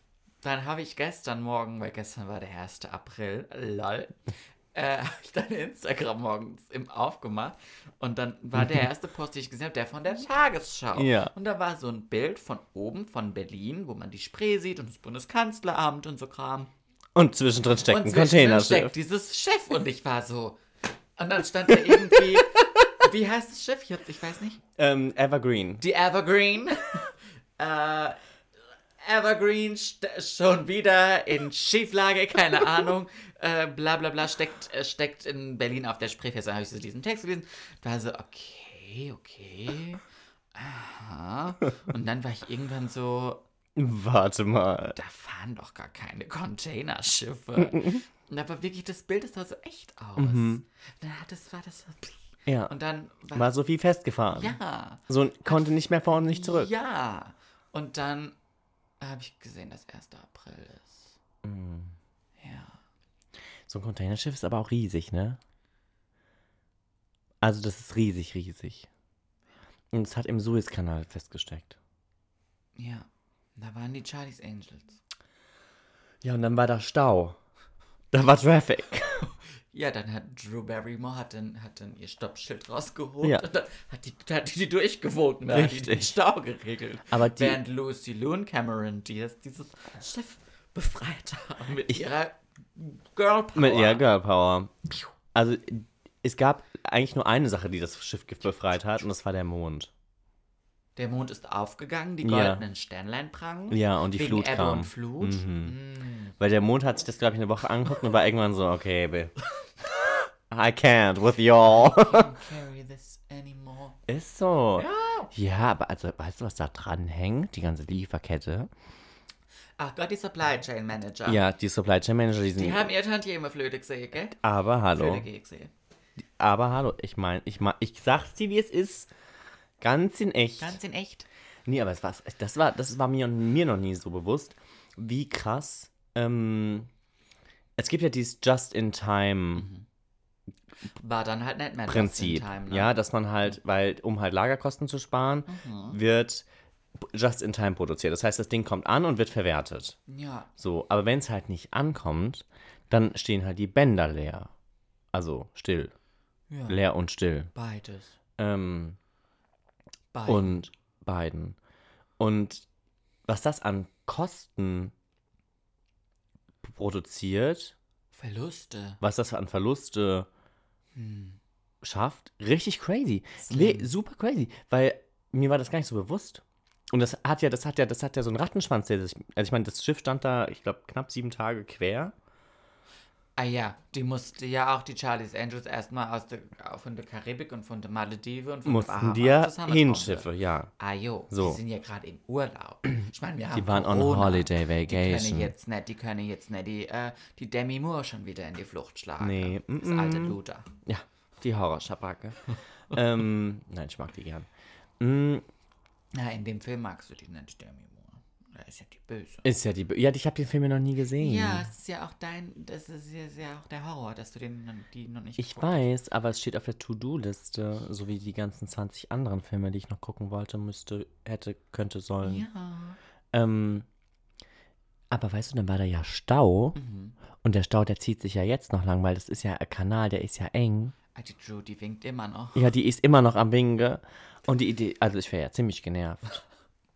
Speaker 1: dann habe ich gestern Morgen, weil gestern war der 1. April, lol, äh, habe ich dann Instagram morgens im aufgemacht und dann war der erste Post, den ich gesehen habe, der von der Tagesschau.
Speaker 3: Mhm. Ja.
Speaker 1: Und da war so ein Bild von oben von Berlin, wo man die Spree sieht und das Bundeskanzleramt und so Kram.
Speaker 3: Und zwischendrin steckt ein
Speaker 1: Und zwischendrin
Speaker 3: Containerschiff.
Speaker 1: steckt dieses Schiff und ich war so. Und dann stand da irgendwie, wie heißt das Schiff? Ich, hab, ich weiß nicht.
Speaker 3: Ähm, Evergreen.
Speaker 1: Die Evergreen. äh, Evergreen st schon wieder in Schieflage, keine Ahnung. Äh, bla bla bla, steckt, äh, steckt in Berlin auf der Spree fest. Dann habe ich so diesen Text gelesen. War so, okay, okay. Aha. Und dann war ich irgendwann so,
Speaker 3: Warte mal.
Speaker 1: da fahren doch gar keine Containerschiffe. Und aber wirklich, das Bild ist da so echt aus. Dann hat es, war das so.
Speaker 3: Ja.
Speaker 1: Und dann
Speaker 3: Mhm. War so ne? viel festgefahren.
Speaker 1: ja.
Speaker 3: So konnte nicht mehr vor und nicht zurück.
Speaker 1: Ja. Und dann habe ich gesehen, dass 1. April ist.
Speaker 3: Mm.
Speaker 1: Ja.
Speaker 3: So ein Containerschiff ist aber auch riesig, ne? Also das ist riesig, riesig. Und es hat im Suezkanal festgesteckt.
Speaker 1: Ja. Da waren die Charlie's Angels.
Speaker 3: Ja, und dann war da Stau. Da war Traffic.
Speaker 1: Ja, dann hat Drew Barrymore hat dann, hat dann ihr Stoppschild rausgeholt
Speaker 3: Ja.
Speaker 1: und dann hat die, hat die, die durchgewogen, da hat die den
Speaker 3: Richtig.
Speaker 1: Stau geregelt.
Speaker 3: Aber die-
Speaker 1: Während Lucy Lou und Cameron Diaz dieses Schiff befreit haben mit ihrer Girl Power.
Speaker 3: Mit ihrer Girl Power. Also es gab eigentlich nur eine Sache, die das Schiff ge- befreit hat, und das war der Mond.
Speaker 1: Der Mond ist aufgegangen, die
Speaker 3: Ja.
Speaker 1: goldenen Sternlein prangen.
Speaker 3: Ja, und die
Speaker 1: wegen
Speaker 3: Flut
Speaker 1: Ebbe
Speaker 3: kam. Mhm.
Speaker 1: und Flut.
Speaker 3: Weil der Mond hat sich das, glaube ich, eine Woche angeguckt und war irgendwann so, okay, Babe. I can't with y'all.
Speaker 1: Can't carry this anymore.
Speaker 3: Ist so. Ja. ja, aber also, weißt du, was da dran hängt? Die ganze Lieferkette.
Speaker 1: Ach Gott, die Supply Chain Manager.
Speaker 3: Ja, die Supply Chain Manager, Ah. die sind.
Speaker 1: Die haben ihr Tantje immer Flöte gesehen, gell?
Speaker 3: aber hallo.
Speaker 1: Flöte gesehen.
Speaker 3: Aber hallo. Ich meine, ich, mein, ich sag's dir, wie es ist. Ganz in echt.
Speaker 1: Ganz in echt.
Speaker 3: Nee, aber es war, das war, das war mir, mir noch nie so bewusst, wie krass. Ähm, es gibt ja dieses Just-in-Time-Prinzip.
Speaker 1: War dann halt nicht mehr just in time, ne?
Speaker 3: Ja, dass man halt, weil, um halt Lagerkosten zu sparen,
Speaker 1: Mhm.
Speaker 3: wird Just-in-Time produziert. Das heißt, das Ding kommt an und wird verwertet.
Speaker 1: ja.
Speaker 3: So, aber wenn es halt nicht ankommt, dann stehen halt die Bänder leer. Also still.
Speaker 1: Ja.
Speaker 3: Leer und still.
Speaker 1: Beides.
Speaker 3: Ähm,
Speaker 1: Beides.
Speaker 3: und Biden. Und was das an Kosten produziert,
Speaker 1: Verluste.
Speaker 3: was das an Verluste
Speaker 1: Hm.
Speaker 3: schafft, richtig crazy. Le super crazy, weil mir war das gar nicht so bewusst. Und das hat ja, das hat ja, das hat ja so einen Rattenschwanz, der sich, also ich meine, das Schiff stand da, ich glaube, knapp sieben Tage quer.
Speaker 1: Ah ja, die musste ja auch die Charlie's Angels erstmal aus der, äh, von der Karibik und von der Maledive und von
Speaker 3: Mussten
Speaker 1: der
Speaker 3: die ja
Speaker 1: zusammenkommen.
Speaker 3: hinschiffe, ja.
Speaker 1: Ah jo,
Speaker 3: So.
Speaker 1: die sind ja gerade im Urlaub. Ich meine, wir haben
Speaker 3: Die waren on
Speaker 1: Corona.
Speaker 3: holiday
Speaker 1: Die
Speaker 3: vacation.
Speaker 1: können jetzt nicht, die können jetzt nicht die, äh, die Demi Moore schon wieder in die Flucht schlagen.
Speaker 3: Nee,
Speaker 1: Das
Speaker 3: mm,
Speaker 1: alte Luther.
Speaker 3: Ja, die Horrorschabracke. ähm, nein, ich mag die gern. Mm,
Speaker 1: Na, in dem Film magst du die nicht, Demi Moore. Äh, ist ja die Böse.
Speaker 3: Ist ja die. Be- Ja, ich habe den Film ja noch nie gesehen.
Speaker 1: Ja, es ist ja auch dein, das ist ja, ist ja auch der Horror, dass du den, noch- die noch nicht
Speaker 3: Ich
Speaker 1: geguckt hast.
Speaker 3: weiß, aber es steht auf der To-Do-Liste, so wie die ganzen 20 anderen Filme, die ich noch gucken wollte, müsste, hätte, könnte, sollen.
Speaker 1: Ja.
Speaker 3: Ähm, aber weißt du, dann war da ja Stau
Speaker 1: Mhm.
Speaker 3: und der Stau, der zieht sich ja jetzt noch lang, weil das ist ja ein Kanal, der ist ja eng.
Speaker 1: Alte Drew, Ah, die winkt immer noch.
Speaker 3: Ja, die ist immer noch am Winge. Und die Idee, also ich wäre ja ziemlich genervt.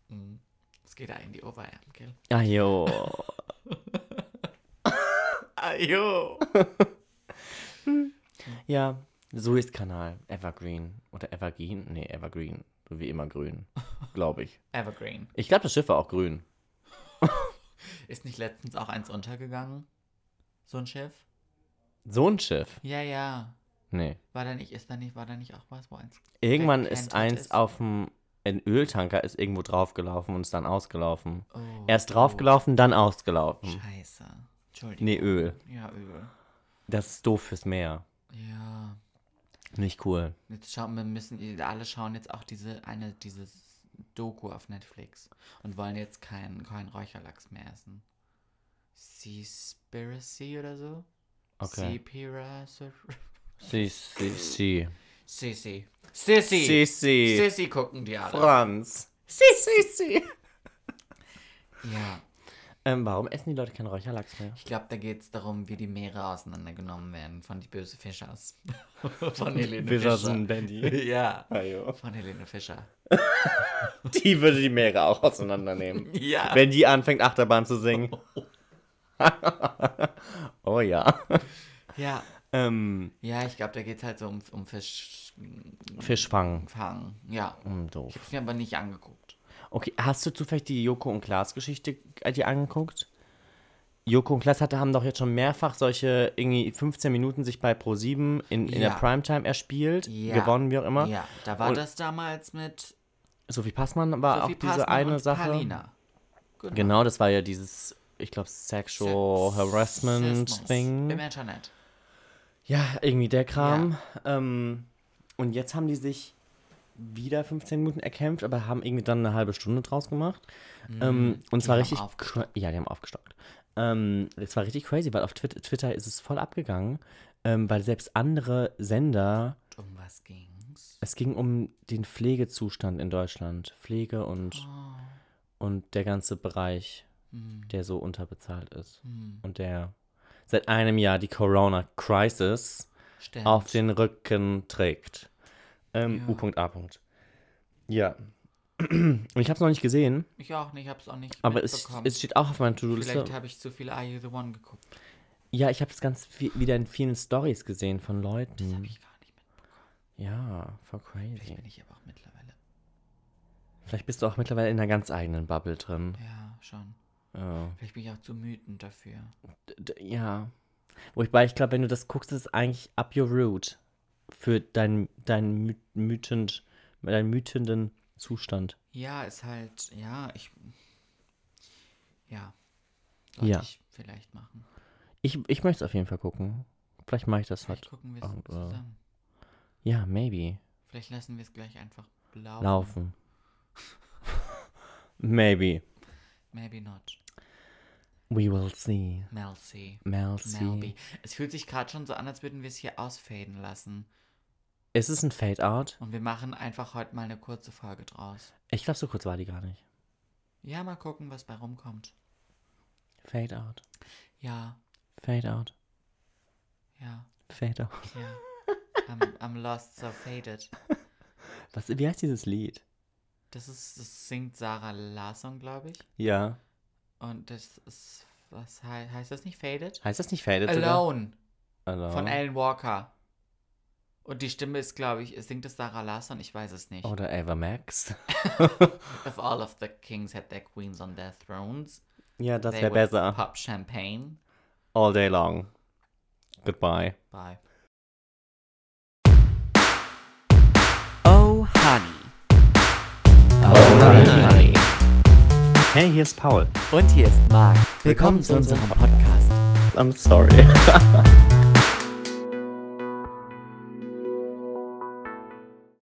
Speaker 1: Mhm. Es geht da in die Oberarm, gell?
Speaker 3: Ah jo.
Speaker 1: Ajo!
Speaker 3: ja, so ist Kanal. Evergreen. Oder Evergreen? Nee, Evergreen. So wie immer grün, glaube ich.
Speaker 1: Evergreen.
Speaker 3: Ich glaube, das Schiff war auch grün.
Speaker 1: Ist nicht letztens auch eins untergegangen? So ein Schiff?
Speaker 3: So ein Schiff.
Speaker 1: Ja, ja.
Speaker 3: Nee.
Speaker 1: War da nicht, ist da nicht, war da nicht auch was, wo eins?
Speaker 3: Irgendwann
Speaker 1: Kein
Speaker 3: ist
Speaker 1: Tod
Speaker 3: eins
Speaker 1: ist.
Speaker 3: auf dem. Ein Öltanker ist irgendwo draufgelaufen und ist dann ausgelaufen.
Speaker 1: Oh,
Speaker 3: Erst draufgelaufen, dann ausgelaufen.
Speaker 1: Scheiße. Entschuldigung.
Speaker 3: Nee, Öl.
Speaker 1: Ja, übel.
Speaker 3: Das ist doof fürs Meer.
Speaker 1: Ja.
Speaker 3: Nicht cool.
Speaker 1: Jetzt schauen wir müssen alle schauen jetzt auch diese eine dieses Doku auf Netflix und wollen jetzt keinen keinen Räucherlachs mehr essen. Seaspiracy oder so?
Speaker 3: Okay.
Speaker 1: Seapiracy.
Speaker 3: Sie, sie, sie.
Speaker 1: Sissy.
Speaker 3: Sie,
Speaker 1: Sissy.
Speaker 3: sie.
Speaker 1: Sissy gucken die alle.
Speaker 3: Franz. Sie, sie, sie.
Speaker 1: Ja.
Speaker 3: Ähm, warum essen die Leute keinen Räucherlachs mehr?
Speaker 1: Ich glaube, da geht es darum, wie die Meere auseinandergenommen werden von die böse Fischers. von Helene Fischer.
Speaker 3: Dandy.
Speaker 1: Ja.
Speaker 3: Ajo.
Speaker 1: Von Helene Fischer.
Speaker 3: Die würde die Meere auch auseinandernehmen.
Speaker 1: Ja.
Speaker 3: Wenn die anfängt, Achterbahn zu singen. oh ja.
Speaker 1: Ja.
Speaker 3: Ähm,
Speaker 1: Ja, ich glaube, da geht es halt so um, um Fisch.
Speaker 3: Fischfang.
Speaker 1: Fang. Ja.
Speaker 3: Hm, doof.
Speaker 1: Ich hab's mir aber nicht angeguckt.
Speaker 3: Okay, hast du zufällig die Joko und Klaas Geschichte äh, dir angeguckt? Joko und Klaas hatte, haben doch jetzt schon mehrfach solche irgendwie 15 Minuten sich bei Pro7 in, in der
Speaker 1: Ja.
Speaker 3: Primetime erspielt,
Speaker 1: Ja.
Speaker 3: gewonnen, wie auch immer.
Speaker 1: Ja, da war
Speaker 3: Und-
Speaker 1: das damals mit
Speaker 3: Sophie Passmann
Speaker 1: Sophie
Speaker 3: war auch diese
Speaker 1: Passmann
Speaker 3: eine
Speaker 1: und
Speaker 3: Sache.
Speaker 1: Paulina. Genau.
Speaker 3: Genau, das war ja dieses, ich glaube, Sexual Harassment
Speaker 1: Sexismus Im
Speaker 3: Thing.
Speaker 1: Internet.
Speaker 3: Ja, irgendwie der Kram. Ähm, und jetzt haben die sich wieder 15 Minuten erkämpft, aber haben irgendwie dann eine halbe Stunde draus gemacht. ähm, und zwar
Speaker 1: Mhm. haben
Speaker 3: richtig.
Speaker 1: aufgestockt.
Speaker 3: cra- Ja, die haben aufgestockt. Ähm, es war richtig crazy, weil auf Twit Twitter ist es voll abgegangen, ähm, weil selbst andere Sender,
Speaker 1: Um was ging's?
Speaker 3: es ging um den Pflegezustand in Deutschland. Pflege und,
Speaker 1: Oh.
Speaker 3: und der ganze Bereich,
Speaker 1: Hm,
Speaker 3: der so unterbezahlt ist.
Speaker 1: hm,
Speaker 3: Und der seit einem Jahr die Corona-Crisis
Speaker 1: stimmt.
Speaker 3: auf den Rücken trägt. Ähm,
Speaker 1: Ja.
Speaker 3: U.A. Ja. Und ich habe es noch nicht gesehen,
Speaker 1: Ich auch nicht, hab's auch nicht
Speaker 3: aber es,
Speaker 1: mitbekommen.
Speaker 3: es steht auch auf meiner To-Do-Liste.
Speaker 1: Vielleicht habe ich zu viel Are You The One geguckt.
Speaker 3: Ja, ich habe es ganz viel, wieder in vielen Stories gesehen von
Speaker 1: Das
Speaker 3: Leuten.
Speaker 1: habe ich gar nicht mitbekommen.
Speaker 3: Ja, voll
Speaker 1: Mhm. Vielleicht bin
Speaker 3: crazy.
Speaker 1: ich aber auch mittlerweile.
Speaker 3: Vielleicht bist du auch mittlerweile in einer ganz eigenen Bubble drin.
Speaker 1: Ja, schon.
Speaker 3: Ja.
Speaker 1: Vielleicht bin ich auch zu mütend dafür.
Speaker 3: D- d- ja. Wobei ich glaube, wenn du das guckst, ist es eigentlich up your route für deinen dein mü- mütend, deinen mütenden Zustand.
Speaker 1: Ja, ist halt, ja, ich. Ja. Sollte
Speaker 3: Ja.
Speaker 1: ich vielleicht machen.
Speaker 3: Ich, ich möchte es auf jeden Fall gucken. Vielleicht mache ich das
Speaker 1: Vielleicht
Speaker 3: heute.
Speaker 1: gucken wir
Speaker 3: und,
Speaker 1: es
Speaker 3: äh,
Speaker 1: zusammen.
Speaker 3: Ja, maybe.
Speaker 1: Vielleicht lassen wir es gleich einfach laufen.
Speaker 3: Laufen. maybe.
Speaker 1: Maybe not.
Speaker 3: We will see.
Speaker 1: Mel C.
Speaker 3: Mel
Speaker 1: Mel B.
Speaker 3: C.
Speaker 1: Es fühlt sich gerade schon so an, als würden wir es hier ausfaden lassen.
Speaker 3: Ist es ein Fade-Out?
Speaker 1: Und wir machen einfach heute mal eine kurze Folge draus.
Speaker 3: Ich glaube, so kurz war die gar nicht.
Speaker 1: Ja, mal gucken, was bei rumkommt.
Speaker 3: Fade-Out.
Speaker 1: Ja,
Speaker 3: Fade-Out.
Speaker 1: ja,
Speaker 3: Fade-Out.
Speaker 1: ja. I'm, I'm lost, so faded.
Speaker 3: Was, wie heißt dieses Lied?
Speaker 1: Das ist, das singt Sarah Larsson, glaube ich.
Speaker 3: Ja.
Speaker 1: Und das ist, was hei- heißt das nicht faded?
Speaker 3: Heißt das nicht Faded sogar?
Speaker 1: Alone
Speaker 3: Alone.
Speaker 1: von Alan Walker. Und die Stimme ist, glaube ich, singt es Sarah Larsson? Ich weiß es nicht.
Speaker 3: Oder Ava Max.
Speaker 1: If all of the kings had their queens on their thrones,
Speaker 3: ja, das
Speaker 1: they
Speaker 3: wäre
Speaker 1: would
Speaker 3: besser.
Speaker 1: pop champagne.
Speaker 3: All day long. Goodbye.
Speaker 1: Bye. Oh, honey.
Speaker 3: Oh,
Speaker 2: Alright.
Speaker 3: Hey, hier ist Paul.
Speaker 1: Und hier ist Marc. Willkommen zu unserem Podcast.
Speaker 3: I'm sorry.